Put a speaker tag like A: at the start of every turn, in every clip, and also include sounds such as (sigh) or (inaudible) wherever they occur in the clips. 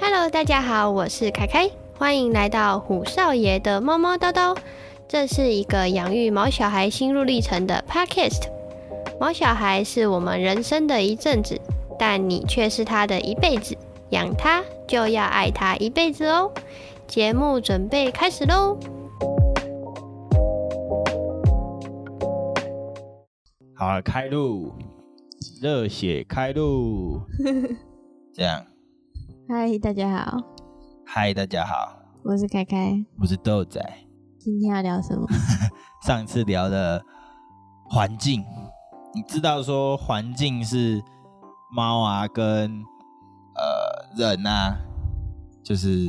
A: Hello，大家好，我是凯凯，欢迎来到虎少爷的猫猫叨叨。这是一个养育毛小孩心路历程的 Podcast。毛小孩是我们人生的一阵子，但你却是他的一辈子。养他就要爱他一辈子哦。节目准备开始喽！
B: 好了，开路，热血开路， (laughs) 这样，
C: 嗨，大家好，
B: 嗨，大家好，
C: 我是凯凯。
B: 我是豆仔。
C: 今天要聊什么？
B: 上一次聊的环境，你知道说环境是猫啊跟呃人啊，就是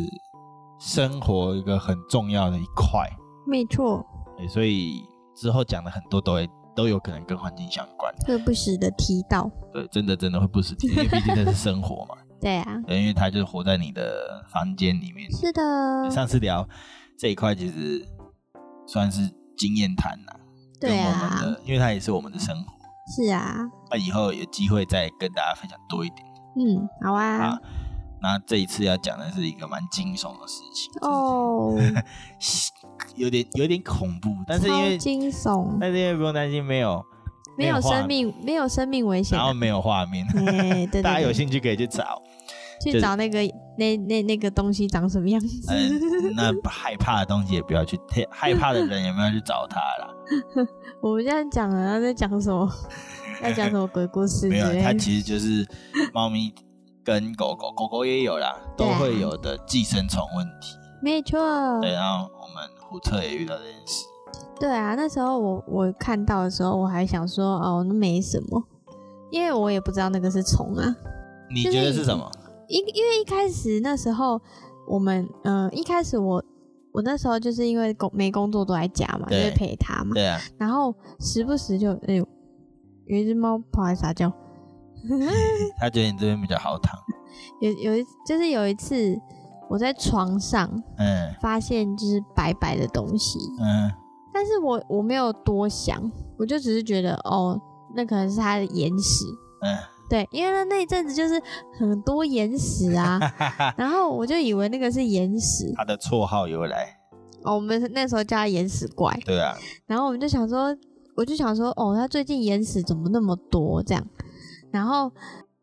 B: 生活一个很重要的一块，
C: 没错，
B: 对所以之后讲的很多都会都有可能跟环境相关。
C: 会不时的提到。
B: 对，真的真的会不实际，因为毕竟这是生活嘛，
C: 对啊，
B: 对，因为它就是活在你的房间里面，
C: 是的，
B: 上次聊这一块，其实算是经验谈啦，
C: 对
B: 跟我们
C: 啊，
B: 的，因为它也是我们的生活。
C: 是啊，
B: 那以后有机会再跟大家分享多一点
C: 嗯，好啊
B: 啊。。那这一次要讲的是一个蛮惊悚的事情，
C: 哦，
B: 就是有点有点恐怖， (laughs) 但是因
C: 超
B: 为
C: 惊悚，
B: 但是因为不用担心，没有
C: 没有
B: 画
C: 生命，没有生命危险
B: 然
C: 啊。
B: 后没有画面，
C: 哎，对对
B: 大家有
C: 对，
B: 兴趣可以去找。
C: 去找那个那那那个东西长什么样子？
B: 嗯，那害怕的东西也不要去，害怕的人也不要去找他啦。
C: 我们现在讲了，要在讲什
B: (laughs)
C: 么？要讲什么鬼故事之
B: 没有，
C: 类
B: 它
C: 的？
B: 其实就是猫咪跟狗狗，狗狗也有啦，都
C: 对啊
B: 会有的寄生虫问题。
C: 没错，
B: 对，然后我们虎彻也遇到这件事，
C: 对啊，那时候我我看到的时候，我还想说哦，那没什么，因为我也不知道那个是虫啊。
B: 你
C: 就是
B: 觉得是什么？
C: 因因为一开始那时候我们，嗯、一开始我我那时候就是因为工没工作都在家嘛，就
B: 对
C: 会陪他嘛， (laughs)
B: 对啊，
C: 然后时不时就哎呦，有一只猫跑来撒娇，
B: 他觉得你这边比较好躺。
C: 有有一就是有一次我在床上
B: 嗯
C: 发现就是白白的东西，
B: 嗯，
C: 但是我我没有多想，我就只是觉得哦，那可能是它的眼屎。
B: 嗯，
C: 对，因为呢那一阵子就是很多眼屎啊，然后我就以为那个是眼屎，
B: 他的绰号由来，
C: 哦，我们那时候叫它眼屎怪，
B: 对啊，
C: 然后我们就想说，我就想说，哦，它最近眼屎怎么那么多这样？然后，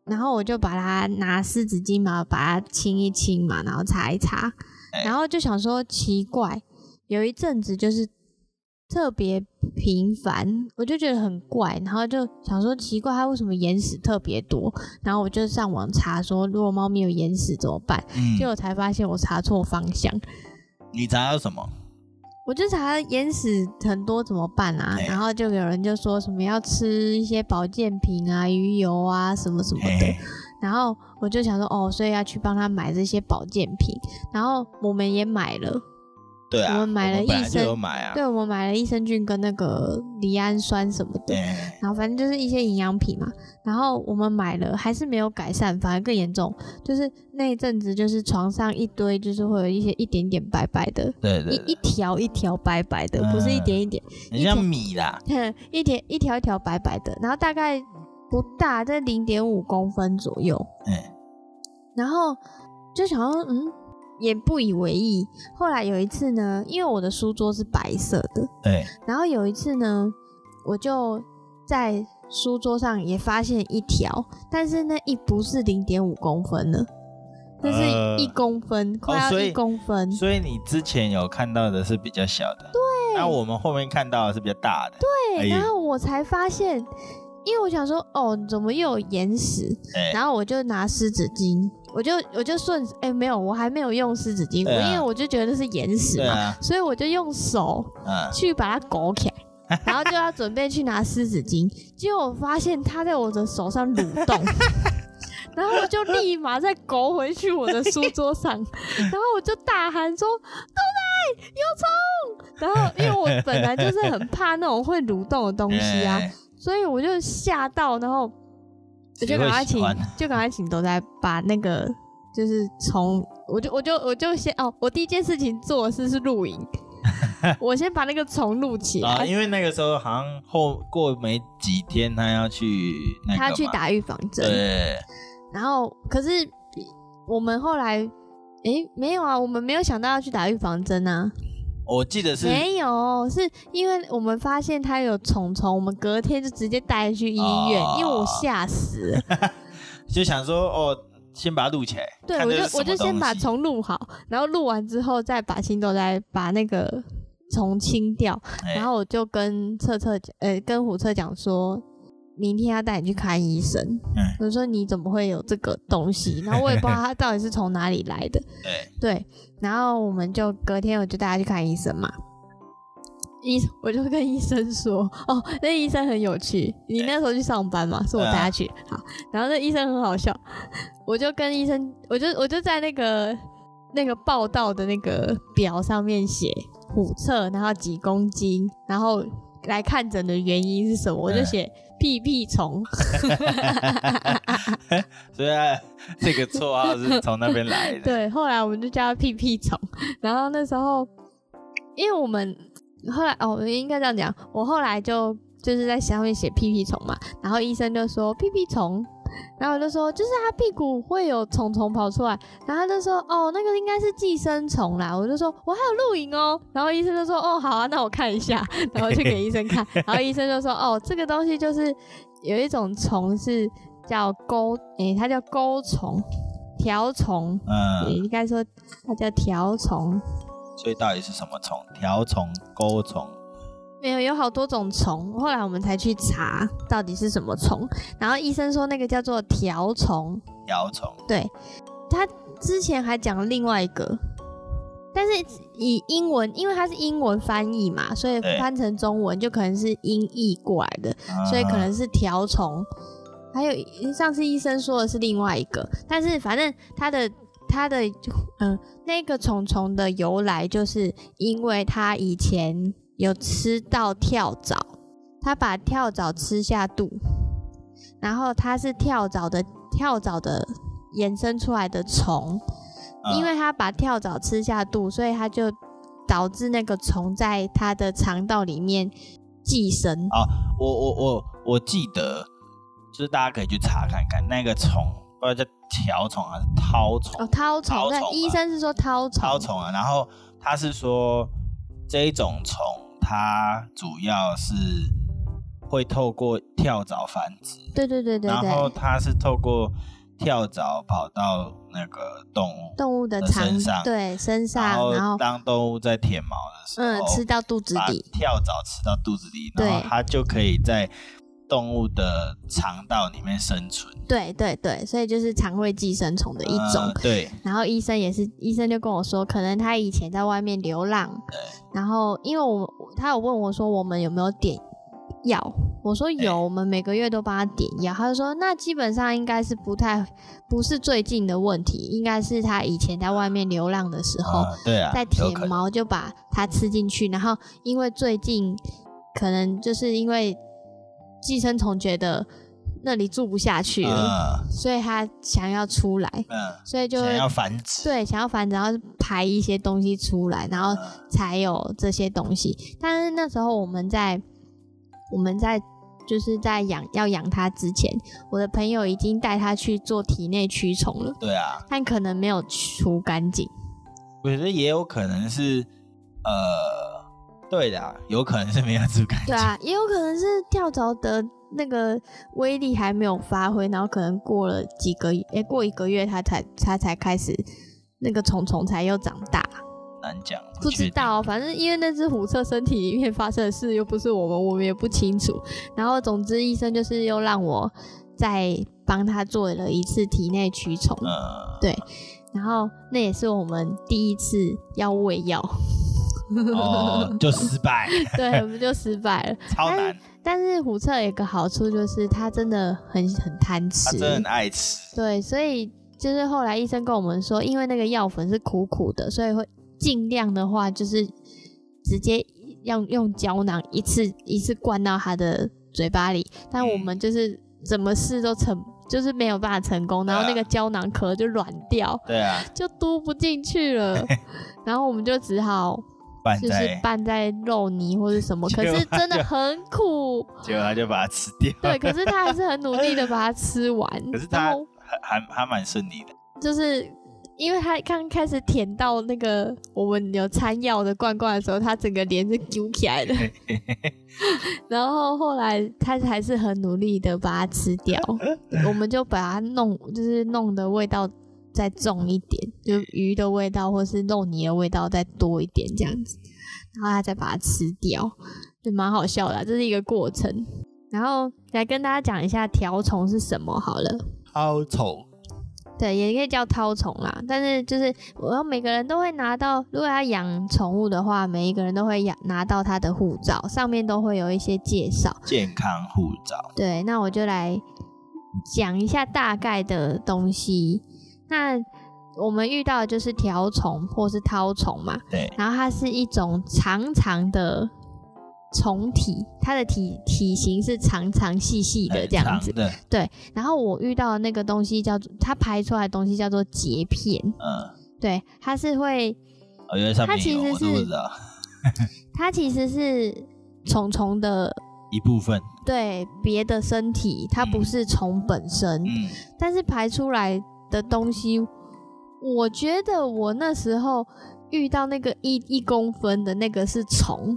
C: 然后我就把它拿湿纸巾嘛，把它清一清嘛，然后擦一擦，
B: 哎
C: 然后就想说奇怪，有一阵子就是特别频繁，我就觉得很怪，然后就想说奇怪，它为什么眼屎特别多？然后我就上网查说，如果猫咪有眼屎怎么办？
B: 嗯
C: 结，果才发现我查错方向。
B: 你查到什么？
C: 我就查眼屎很多怎么办啊？
B: 哎
C: 然后就有人就说什么要吃一些保健品啊、鱼油啊什么什么
B: 嘿
C: 的
B: 嘿。
C: 然后我就想说，哦，所以要去帮他买这些保健品。然后我们也买了，
B: 对啊，
C: 我们买了
B: 我本来
C: 益
B: 就
C: 生
B: 有买啊。
C: 对，我们买了益生菌跟那个赖氨酸什么的。
B: 哎，
C: 然后反正就是一些营养品嘛，然后我们买了还是没有改善，反而更严重。就是那一阵子，就是床上一堆，就是会有一些一点点白白的，
B: 对对
C: 一一
B: 对，
C: 条一条白白的，不是一点一点。
B: 很像米啦，
C: 哼， (laughs) 一条一条一条白白的，然后大概不大，在零点五公分左右。
B: 嗯，
C: 然后就想说，嗯，也不以为意。后来有一次呢，因为我的书桌是白色的，
B: 对，
C: 然后有一次呢，我就在书桌上也发现一条，但是那一不是零点五公分了，那
B: 呃哦
C: 是一公分，快要
B: 所以
C: 一公分。
B: 所以你之前有看到的是比较小的，对，那我们后面看到的是比较大的，
C: 对，
B: 哎
C: 然后我才发现，因为我想说，哦，怎么又有眼屎？
B: 哎，
C: 然后我就拿湿纸巾，我就我就顺哎、没有，我还没有用湿纸巾，我
B: 对啊
C: 因为我就觉得是眼屎
B: 对
C: 嘛，
B: 啊，
C: 所以我就用手
B: 嗯，
C: 去把它勾起来，
B: (laughs)
C: 然后就要准备去拿湿纸巾，结果我发现它在我的手上蠕
B: (laughs)
C: 动。然后我就立马再勾回去我的书桌
B: (laughs)
C: 上，然后我就大喊说：“豆仔有虫！”然后因为我本来就是很怕那种会蠕动的东西啊，
B: (laughs) 哎
C: 所以我就吓到，然后我
B: 谁
C: 就
B: 会
C: 赶快
B: 喜
C: 请
B: 欢，
C: 就赶快请都在把那个
B: (laughs)
C: 就是从我就我就我就先哦，我第一件事情做的事是录影，我先把那个重录起
B: 啊，
C: 来。
B: 因为那个时候好像后过没几天，他要去那个嘛
C: 他去打预防针，
B: 对，
C: 然后可是我们后来，诶，没有啊，我们没有想到要去打预防针啊，
B: 我记得是
C: 没有，是因为我们发现他有虫虫，我们隔天就直接带去医院，
B: 哦
C: 因为我吓死了。
B: 就想说哦，先把它录起来。
C: 对，
B: 看
C: 我
B: 这是
C: 就我
B: 什么
C: 就先把
B: 东西
C: 虫录好，然后录完之后再把青豆再把那个虫清掉，
B: 哎
C: 然后我就跟策策讲，呃，跟虎策讲说，明天要带你去看医生。
B: 嗯
C: 我说你怎么会有这个东西？然后我也不知道它到底是从哪里来的。
B: 对，
C: 对，然后我们就隔天我就带他去看医生嘛。医，我就跟医生说，哦，那医生很有趣。你那时候去上班嘛，是我带他去。好，然后那医生很好笑，我就跟医生，我就我就在那个那个报道的那个表上面写虎彻，然后几公斤，然后来看诊的原因是什么，我就
B: 嗯
C: 写屁屁虫。
B: 所以他这个绰号是从那边来的。
C: 对，后来我们就叫它屁屁虫。 (laughs) 然后那时候，因为我们后来哦，应该这样讲，我后来就就是在下面写屁屁虫嘛，然后医生就说屁屁虫。然后我就说，就是它屁股会有虫虫跑出来，然后他就说，哦，那个应该是寄生虫啦。我就说，我还有录影哦。然后医生就说，哦，好啊，那我看一下。 (laughs) 然后就给医生看，然后医生就说，哦，这个东西就是有一种虫是叫钩，诶，它叫钩虫、条虫，也
B: 嗯，
C: 应该说它叫条虫，
B: 所以到底是什么虫？条虫、钩虫？
C: 没有有好多种虫。后来我们才去查到底是什么虫，然后医生说那个叫做条虫。
B: 条虫
C: 对，他之前还讲了另外一个，但是以英文，因为它是英文翻译嘛，所以
B: 对
C: 翻成中文就可能是音译过来的，
B: 啊
C: 所以可能是条虫。还有上次医生说的是另外一个，但是反正它的它的嗯、那个虫虫的由来，就是因为它以前有吃到跳蚤，它把跳蚤吃下肚，然后它是跳蚤的跳蚤的衍生出来的虫，
B: 嗯
C: 因为它把跳蚤吃下肚，所以它就导致那个虫在它的肠道里面寄生。
B: 我我我我记得，就是大家可以去查看看那个虫，不知道叫条虫还是绦
C: 哦，
B: 虫，
C: 绦虫，
B: 绦
C: 对
B: 虫，
C: 医
B: 吧
C: 生是说绦虫，
B: 绦虫啊。然后他是说这一种虫，它主要是会透过跳蚤繁殖，
C: 对对对对
B: 然后
C: 对，
B: 它是透过跳蚤跑到那个动物，
C: 动物的
B: 的
C: 肠
B: 身上
C: 对身上，
B: 然
C: 然后
B: 后嗯当动物在舔毛的时
C: 嗯
B: 候，
C: 吃到肚子
B: 把
C: 里，
B: 跳蚤吃到肚子里，然后
C: 对
B: 它就可以在动物的肠道里面生存
C: 对对对，所以就是肠胃寄生虫的一种。
B: 呃对，
C: 然后医生也是，医生就跟我说，可能他以前在外面流浪，然后因为我他有问我说我们有没有点药，我说有，
B: 哎
C: 我们每个月都帮他点药，他就说那基本上应该是不太不是最近的问题，应该是他以前在外面流浪的时候，
B: 呃对啊，
C: 在
B: 有
C: 舔
B: 可能嗯
C: 毛就把它吃进去，然后因为最近可能就是因为寄生虫觉得那里住不下去了，
B: 嗯
C: 所以它想要出来，
B: 嗯，
C: 所以就
B: 想
C: 会
B: 要繁殖，
C: 对想要繁殖，然后排一些东西出来，然后
B: 嗯
C: 才有这些东西。但是那时候我们在我们在就是在养要养它之前，我的朋友已经带它去做体内驱虫了，
B: 对啊，
C: 但可能没有除干净。
B: 我觉得也有可能是呃，对的啊，有可能是没有猪肝
C: 对
B: 菌
C: 啊，也有可能是跳蚤的那个威力还没有发挥，然后可能过了几个，哎、过一个月它才它才开始那个虫虫才又长大，
B: 难讲，
C: 不
B: 确
C: 知
B: 定
C: 道，哦反正因为那只虎彻身体里面发生的事又不是我们，我们也不清楚。然后总之医生就是又让我再帮他做了一次体内驱虫，
B: 呃，
C: 对，然后那也是我们第一次要喂药，
B: 哦，就失败，
C: (laughs) 对，我们就失败了。
B: 超难，
C: 但是虎彻有一个好处就是它真的很很贪
B: 他
C: 吃，
B: 真的很爱吃，
C: 对，所以就是后来医生跟我们说，因为那个药粉是苦苦的，所以会尽量的话就是直接用用胶囊一次一次灌到它的嘴巴里，但我们就是怎么试都成，就是没有办法成功，然后那
B: 对啊
C: 个胶囊壳就软掉，
B: 对啊， (laughs)
C: 就嘟不进去了，然后我们就只好
B: 拌
C: 就是
B: 在，
C: 拌在肉泥或者什
B: (laughs)
C: 么，可是真的很苦。
B: 结果他就把它吃掉。
C: 对，可是他还是很努力的把它吃完。
B: 可是
C: 然
B: 他
C: 后
B: 还还还蛮顺利的，
C: 就是因为他刚开始舔到那个我们有餐药的罐罐的时候，他整个脸是揪起来的。 (laughs) 然后后来他还是很努力的把它吃掉，我们就把它弄，就是弄的味道再重一点，就鱼的味道或是肉泥的味道再多一点这样子，然后他再把它吃掉，就蛮好笑的啊、这是一个过程。然后来跟大家讲一下条虫是什么好了。
B: 好丑。
C: 对，也可以叫绦虫啦。但是就是，我要每个人都会拿到，如果要养宠物的话，每一个人都会养拿到它的护照，上面都会有一些介绍。
B: 健康护照，
C: 对，那我就来讲一下大概的东西。那我们遇到的就是条虫或是绦虫嘛，
B: 对，
C: 然后它是一种长长的虫体，它的体体型是长长细细的
B: 很
C: 这样
B: 长
C: 子。
B: 的，
C: 然后我遇到的那个东西叫做它排出来的东西叫做截片，
B: 嗯，
C: 对，它是会，
B: 我觉得上
C: 它
B: 面
C: 其
B: 有，
C: 实
B: 我都不
C: 是
B: 知道
C: 它其实是虫虫的
B: 一部分，
C: 对别的身体，它不
B: 嗯
C: 是虫本身，
B: 嗯，
C: 但是排出来的东西，我觉得我那时候遇到那个一一公分的那个是虫，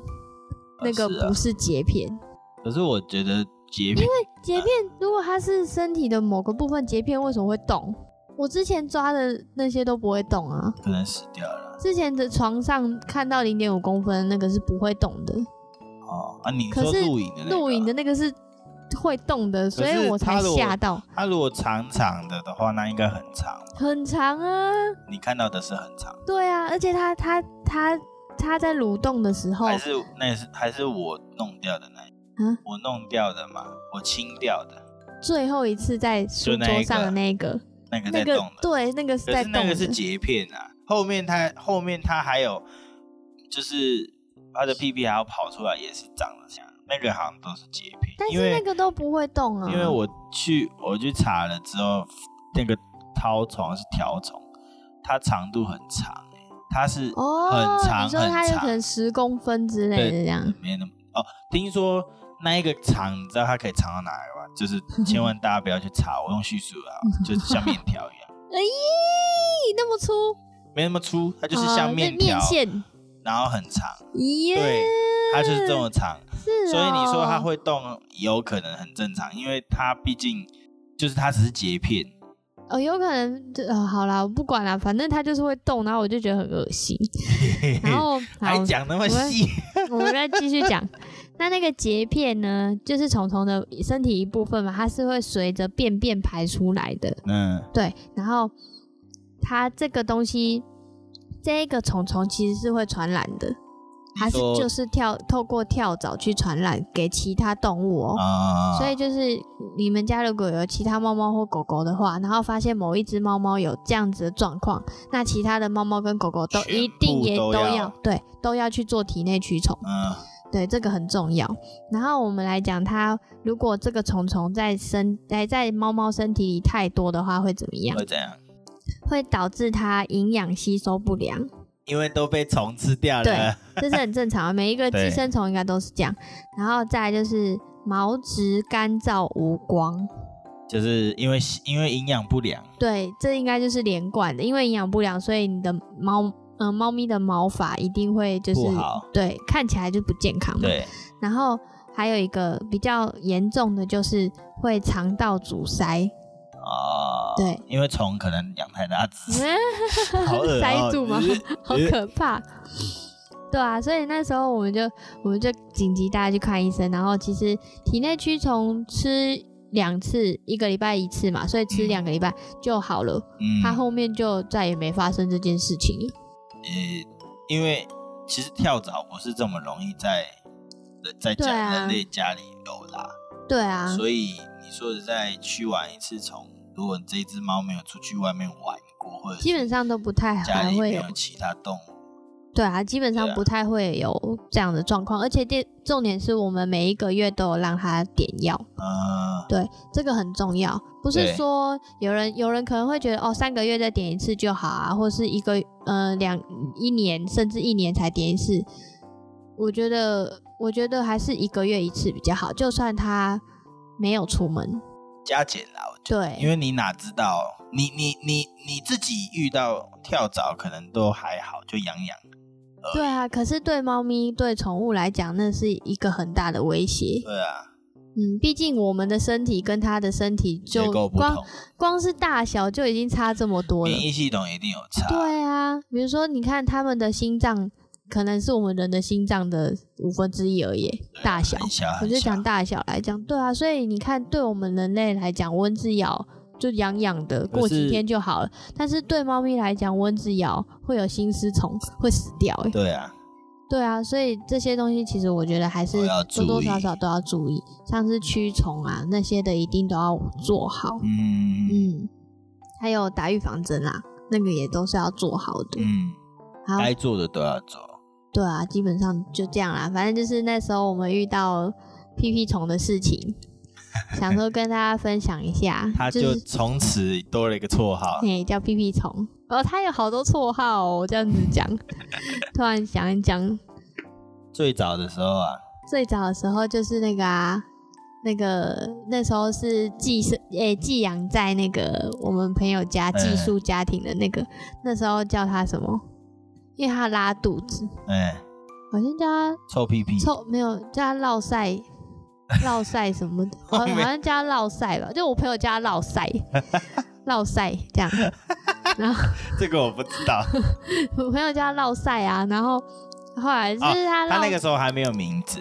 C: 那个
B: 啊是啊
C: 不是截片。
B: 可是我觉得洁癖，
C: 截片如果它是身体的某个部分，截片为什么会动？我之前抓的那些都不会动啊。
B: 可能死掉了
C: 之前的床上看到零点五公分那个是不会动的，
B: 哦。啊，你
C: 可
B: 说
C: 是
B: 录影的那个
C: 录影的那个是会动的，所以我才吓到。
B: 它如果长长的的话，那应该很长。
C: 很长啊，
B: 你看到的是很长，
C: 对啊，而且它它它它在蠕动的时候，
B: 还是那是还是我弄掉的那一？
C: 啊
B: 我弄掉的嘛，我清掉的
C: 最后一次在书桌上的那个
B: 那个在
C: 那
B: 动
C: 个
B: 的，
C: 对那个是
B: 可
C: 在
B: 是
C: 动
B: 那个是
C: 的，
B: 截片啊。后面它后面它还有，就是它的屁屁还要跑出来，也是长得像那个，好像都是截片。
C: 但
B: 因
C: 是
B: 为
C: 那个都不会动啊。
B: 因为我去我去查了之后，那个绦虫是条虫，它长度很长、欸，它是
C: 哦，
B: 很长
C: 你说它
B: 很
C: 有
B: 长
C: 可能十公分之类的这样，
B: 没那么哦。听说那一个长，你知道它可以长到哪里吗？就是千万大家不要去查，我用叙述啊，
C: 嗯
B: 就是像面条一样，
C: 哎、那么粗，
B: 没那么粗，它就是
C: 哦
B: 像
C: 那
B: 条，
C: 面线，
B: 然后很长，
C: 耶，
B: 对，它就是这么长。
C: 是、哦，
B: 所以你说它会动，有可能很正常，因为它毕竟就是它只是截片，
C: 哦，有可能，就呃，好啦，我不管啦，反正它就是会动，然后我就觉得很恶心。然后，好
B: (laughs) 还，讲那么
C: 我们
B: 细。
C: 我们再继续讲。那那个洁片呢，就是虫虫的身体一部分嘛，它是会随着便便排出来的。
B: 嗯，
C: 对，然后它这个东西，这一个虫虫其实是会传染的，它是
B: 你说
C: 就是跳透过跳蚤去传染给其他动物哦。
B: 啊，
C: 所以就是你们家如果有其他猫猫或狗狗的话，然后发现某一只猫猫有这样子的状况，那其他的猫猫跟狗狗都
B: 全部
C: 一定也
B: 都
C: 都
B: 要
C: 对都要去做体内驱虫，
B: 嗯，
C: 对这个很重要。然后我们来讲它，如果这个虫虫在身在在猫猫身体里太多的话，会怎么样
B: 会？怎样？
C: 会导致它营养吸收不良。
B: 因为都被虫吃掉
C: 对
B: 了。
C: 这是很正常的，每一个
B: 对
C: 寄生虫应该都是这样。然后再来就是毛质干燥无光，
B: 就是因为因为营养不良，
C: 对，这应该就是连贯的，因为营养不良，所以你的猫，嗯、猫咪的毛发一定会就是
B: 不好
C: 对，看起来就不健康嘛。。
B: 对，
C: 然后还有一个比较严重的就是会肠道阻塞，
B: 哦， (laughs)
C: 对，
B: 因为虫可能养太
C: (laughs)
B: 大只，好恶哦
C: 嗯塞住吗？ (laughs) 好
B: 呃
C: 可怕。对啊，所以那时候我们就我们就紧急带他去看医生，然后其实体内驱虫吃两次，一个礼拜一次嘛，所以吃
B: 嗯
C: 两个礼拜就好了，
B: 嗯，
C: 他后面就再也没发生这件事情了。
B: 呃，因为其实跳蚤不是这么容易在人在
C: 对
B: 家、
C: 啊
B: 人类家里有啦，
C: 对啊，
B: 所以你说的在驱完一次虫，如果这只猫没有出去外面玩过，或者是
C: 基本上都不太
B: 家
C: 还
B: 里
C: 会
B: 没
C: 有
B: 有。其他动物，
C: 对啊，基本上
B: 对啊
C: 不太会有这样的状况，而且电重点是我们每一个月都有让他点药，
B: 啊，
C: 这个很重要，不是
B: 对
C: 说有人有人可能会觉得哦，三个月再点一次就好啊，或是一个呃两一年甚至一年才点一次。我觉得，我觉得还是一个月一次比较好，就算他没有出门，
B: 加减啦，我觉得，因
C: 对
B: 为你哪知道，你你你你自己遇到跳蚤可能都还好，就痒痒。
C: 对啊。可是对猫咪、对宠物来讲，那是一个很大的威胁。
B: 对啊，
C: 嗯，毕竟我们的身体跟它的身体
B: 结
C: 就
B: 构不
C: 光
B: 同，
C: 光是大小就已经差这么多了
B: 免。疫系统一定有差。
C: 对啊，比如说你看他们的心脏，可能是我们人的心脏的五分之一而已，
B: 对啊
C: 大小。
B: 很小，
C: 我
B: 很
C: 就
B: 小
C: 讲大小来讲，对啊，所以你看，对我们人类来讲，蚊子咬就痒痒的，
B: 可
C: 过几
B: 是
C: 天就好了。但是对猫咪来讲，蚊子咬会有心丝虫，会死掉、欸。
B: 对啊，
C: 对啊，所以这些东西其实我觉得还是
B: 都要
C: 多多
B: 注意
C: 少少都要注意，像是驱虫啊那些的，一定都要做好。
B: 嗯
C: 嗯，还有打预防针啊，那个也都是要做好的。
B: 嗯，
C: 好，
B: 该做的都要做。
C: 对啊，基本上就这样啦。反正就是那时候我们遇到屁屁虫的事情，想说跟大家分享一下。
B: (laughs) 他
C: 就
B: 就是从此多了一个绰号，
C: 哎、叫屁屁虫哦，它有好多绰号哦。我这样子
B: (laughs)
C: 讲，突然想一讲，
B: 最早的时候啊，
C: 最早的时候就是那个啊，那个那时候是寄生诶、寄养在那个我们朋友家寄宿家庭的那个，
B: 嗯
C: 那时候叫他什么？因为他拉肚子，
B: 哎、
C: 好像叫他
B: 臭屁屁，
C: 臭没有叫他落
B: (laughs)
C: 晒。落晒什么的，好
B: 我没
C: 好像叫他落晒吧，就我朋友叫他落
B: (laughs)
C: 晒，落晒这样。 (laughs) 然后
B: 这个我不知
C: (laughs)
B: 道。
C: 我朋友叫他落晒啊，然后后来就是他落、
B: 哦他那个时候还没有名字，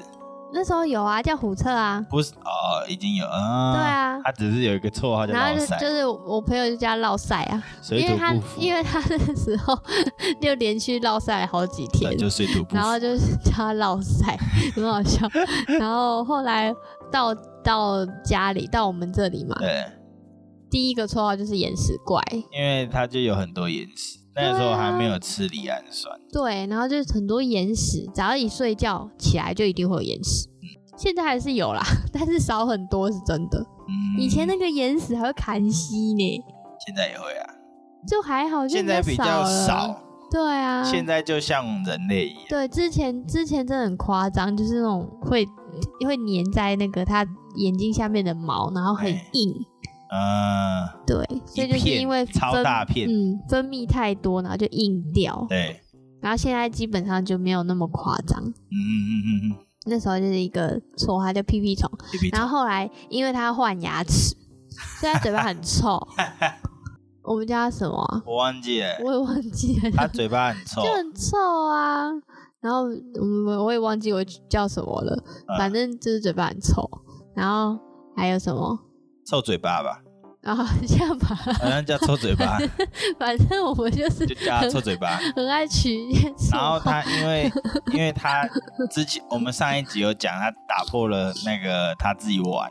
C: 那时候有啊，叫虎彻啊，
B: 不是哦，已经有啊。
C: 对，啊，
B: 他只是有一个绰号叫
C: 然
B: 老
C: 后就
B: 塞，
C: 就是我朋友就叫他落晒啊，
B: 水
C: 因
B: 土
C: 为他
B: 不服，
C: 因为他那个时候 (laughs) 就连续落晒好几天
B: 对，，就水土不服。
C: 然后就是叫他落晒，很好笑。然后后来到到家里，到我们这里嘛，
B: 对，
C: 第一个绰号就是眼屎怪，
B: 因为他就有很多眼屎，那个时候还没有吃离氨酸，
C: 对，然后就是很多眼屎，只要一睡觉起来就一定会有眼屎。现在还是有啦， (laughs) 但是少很多是真的。
B: 嗯，
C: 以前那个眼屎还会砍稀呢，
B: 现在也会啊，
C: 就还好，就
B: 现在比较
C: 了
B: 少，
C: 对啊，
B: 现在就像人类一样，
C: 对，之前之前真的很夸张，就是那种会会粘在那个他眼睛下面的毛，然后很
B: 哎
C: 硬。
B: 嗯，
C: 对，所以
B: 一
C: 就是
B: 片
C: 因为
B: 超
C: 分
B: 大片
C: 嗯，分泌太多，然后就硬掉。
B: 对，
C: 然后现在基本上就没有那么夸张。
B: 嗯嗯嗯嗯
C: 那时候就是一个绰号叫屁屁虫，
B: 嗯，屁屁
C: 然后后来因为他换牙齿，所以他嘴巴很臭。
B: (laughs)
C: 我们叫他什么啊、
B: 我忘记了，
C: 我也忘记了。
B: 他嘴巴很臭，
C: 就很臭啊。然后我我也忘记我叫什么了，
B: 嗯
C: 反正就是嘴巴很臭。然后还有什么？ (laughs)
B: 臭嘴巴吧，
C: 然后这样吧， (laughs)
B: 好像叫臭嘴巴，
C: 反正我们就是
B: 就叫他臭嘴巴。
C: 很爱取一些
B: 然后
C: 绰号。
B: 他因为因为他之前我们上一集有讲，他打破了那个他自己碗，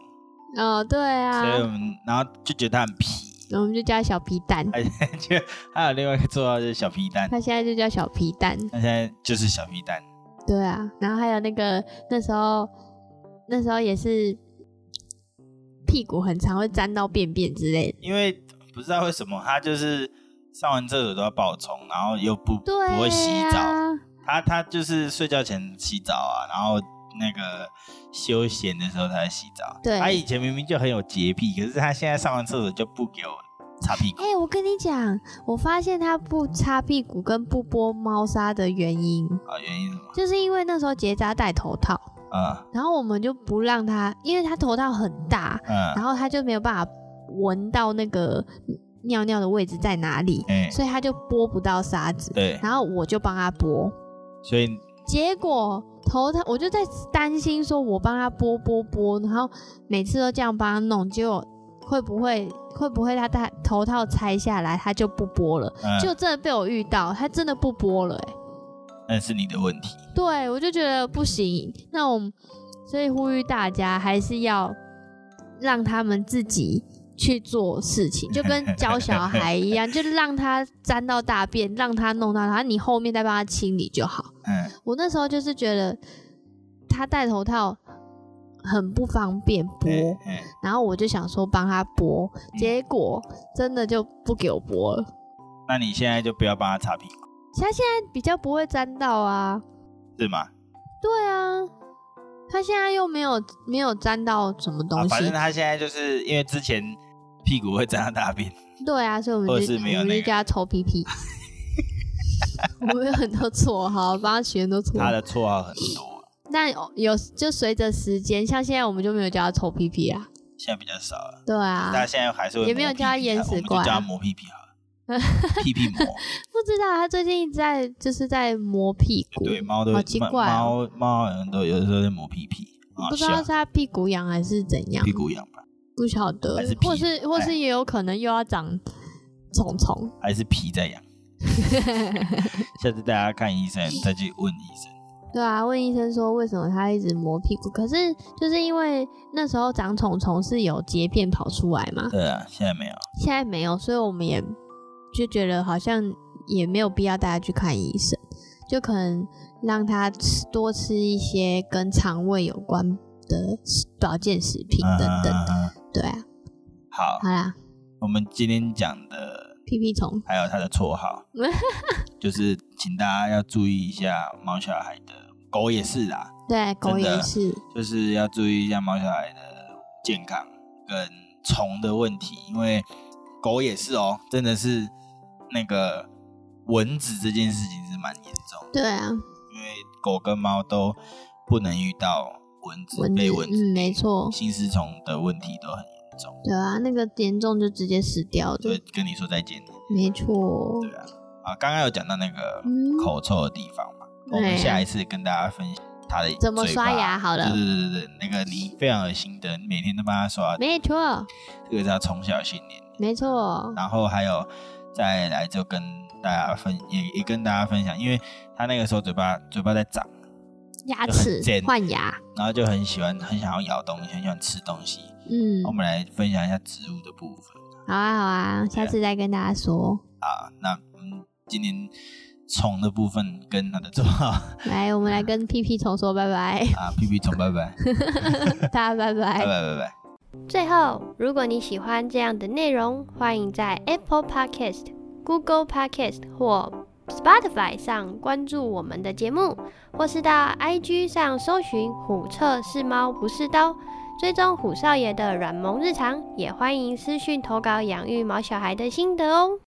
C: 哦，对
B: 所以我
C: 啊，
B: 们然后就觉得他很皮，
C: 我们就叫他小皮蛋，
B: 而且就还有另外一个绰号就是小皮蛋，
C: 他现在就叫小皮蛋。
B: 他现在就是小皮蛋，
C: 对啊，然后还有那个那时候那时候也是屁股很常会沾到便便之类的。
B: 因为不知道为什么他就是上完厕所都要爆冲，然后又不
C: 对、啊，
B: 不会洗澡，他他就是睡觉前洗澡啊，然后那个休闲的时候才洗澡。
C: 对
B: 他以前明明就很有洁癖，可是他现在上完厕所就不给我擦屁股
C: 哎、。我跟你讲，我发现他不擦屁股跟不拨猫砂的原因，
B: 啊，原因是什么？
C: 就是因为那时候结扎戴头套，
B: 啊
C: 然后我们就不让他，因为他头套很大，
B: 嗯
C: 然后他就没有办法闻到那个尿尿的位置在哪里，
B: 哎、
C: 所以啊他就拨不到沙子。
B: 对，
C: 然后我就帮他拨，
B: 所以
C: 结果头套我就在担心说，我帮他拨拨拨，然后每次都这样帮他弄，结果会不会会不会他戴头套拆下来他就不拨了？
B: 嗯，
C: 就真的被我遇到，他真的不播了、欸，
B: 那是你的问题。
C: 对我就觉得不行，那我们所以呼吁大家还是要让他们自己去做事情，就跟教小孩一
B: (laughs)
C: 样，就让他沾到大便，让他弄到它，你后面再帮他清理就好。
B: 嗯，
C: 我那时候就是觉得他戴头套很不方便剥，
B: 嗯
C: 然后我就想说帮他剥，结果真的就不给我剥了。
B: 那你现在就不要帮他擦屁股，
C: 他现在比较不会沾到啊，
B: 是吗？
C: 对啊，他现在又没有没有沾到什么
B: 啊，
C: 东
B: 反
C: 西
B: 正，他现在就是因为之前屁股会沾到大便，
C: 对啊，所以我们
B: 或者
C: 就是
B: 没有
C: 我们
B: 那
C: 就
B: 个
C: 叫他臭屁 (laughs) 屁。我们有很多绰号，帮他取很多绰
B: 他
C: 号。
B: 的绰号很多，啊
C: 但有就随着时间，像现在我们就没有叫他臭屁屁啊，
B: 现在比较少了，
C: 对啊，
B: 但现在还是会
C: 也没有
B: 磨屁
C: 叫他
B: 股
C: 淹
B: 啊
C: 死
B: 我们就
C: 怪啊
B: 叫他磨屁屁
C: (laughs)
B: 好了，屁屁磨。
C: 不知道他最近一直在就是在磨屁股，
B: 哎对，猫都
C: 好奇怪哦、
B: 猫猫好像都有的时候在磨屁屁，啊，
C: 不知道是
B: 笑
C: 他屁股痒还是怎样
B: 屁，股痒吧，
C: 不晓得
B: 还是，屁哎
C: 或是或是也有可能又要长虫虫，
B: (laughs) 还是皮在痒？下次大家看医生再去问医生。
C: 对啊，问医生说为什么他一直磨屁股，可是就是因为那时候长虫虫是有结片跑出来嘛，
B: 对啊，现在没有，
C: 现在没有，所以我们也就觉得好像也没有必要带他去看医生，就可能让他吃多吃一些跟肠胃有关的食保健食品
B: 嗯
C: 等等
B: 嗯
C: 的。
B: 嗯嗯
C: 对啊，
B: 好，
C: 好啦，
B: 我们今天讲的
C: 屁屁虫，
B: 还有他的绰
C: (laughs)
B: 号，就是请大家要注意一下猫小孩的，狗也是啦，
C: 对，狗
B: 啊
C: 也是，
B: 就是要注意一下猫小孩的健康跟虫的问题，因为狗也是哦，真的是那个蚊子这件事情是蛮严重的，
C: 对啊，
B: 因为狗跟猫都不能遇到蚊子，
C: 蚊子，
B: 被蚊子
C: 嗯，没错，
B: 心丝虫的问题都很严重，
C: 对啊，那个严重就直接死掉
B: 所以
C: 的，
B: 跟你说再见。
C: 没错，
B: 对啊，啊，刚刚有讲到那个
C: 嗯
B: 口臭的地方嘛，
C: 对
B: 我们下一次跟大家分享它的
C: 怎么
B: 嘴
C: 刷
B: 巴
C: 牙好了
B: 对对对对，那个你非常恶心的，每天都帮他 (laughs) 刷，
C: 没错，
B: 这个是要从小训练的。
C: 没错，
B: 然后还有再来就跟大家分也也跟大家分享，因为他那个时候嘴巴嘴巴在长，
C: 牙
B: 就很
C: 齿
B: 贱
C: 换牙，
B: 然后就很喜欢很想要咬东西，很喜欢吃东西。
C: 嗯
B: 我，们来分享一下植物的部分
C: 好啊好啊，下次再跟大家说。
B: 啊。那嗯，今年虫的部分跟它的 (laughs) 做好啊，
C: 来，我们来跟屁屁虫说拜拜，
B: 屁屁虫拜拜，
C: 大家拜
B: 拜拜
C: 拜。
B: 拜拜。
A: 最后，如果你喜欢这样的内容，欢迎在 Apple Podcast、Google Podcast 或 Spotify 上关注我们的节目，或是到 IG 上搜寻“虎彻是猫不是刀”，追踪虎少爷的软萌日常。也欢迎私讯投稿养育毛小孩的心得哦。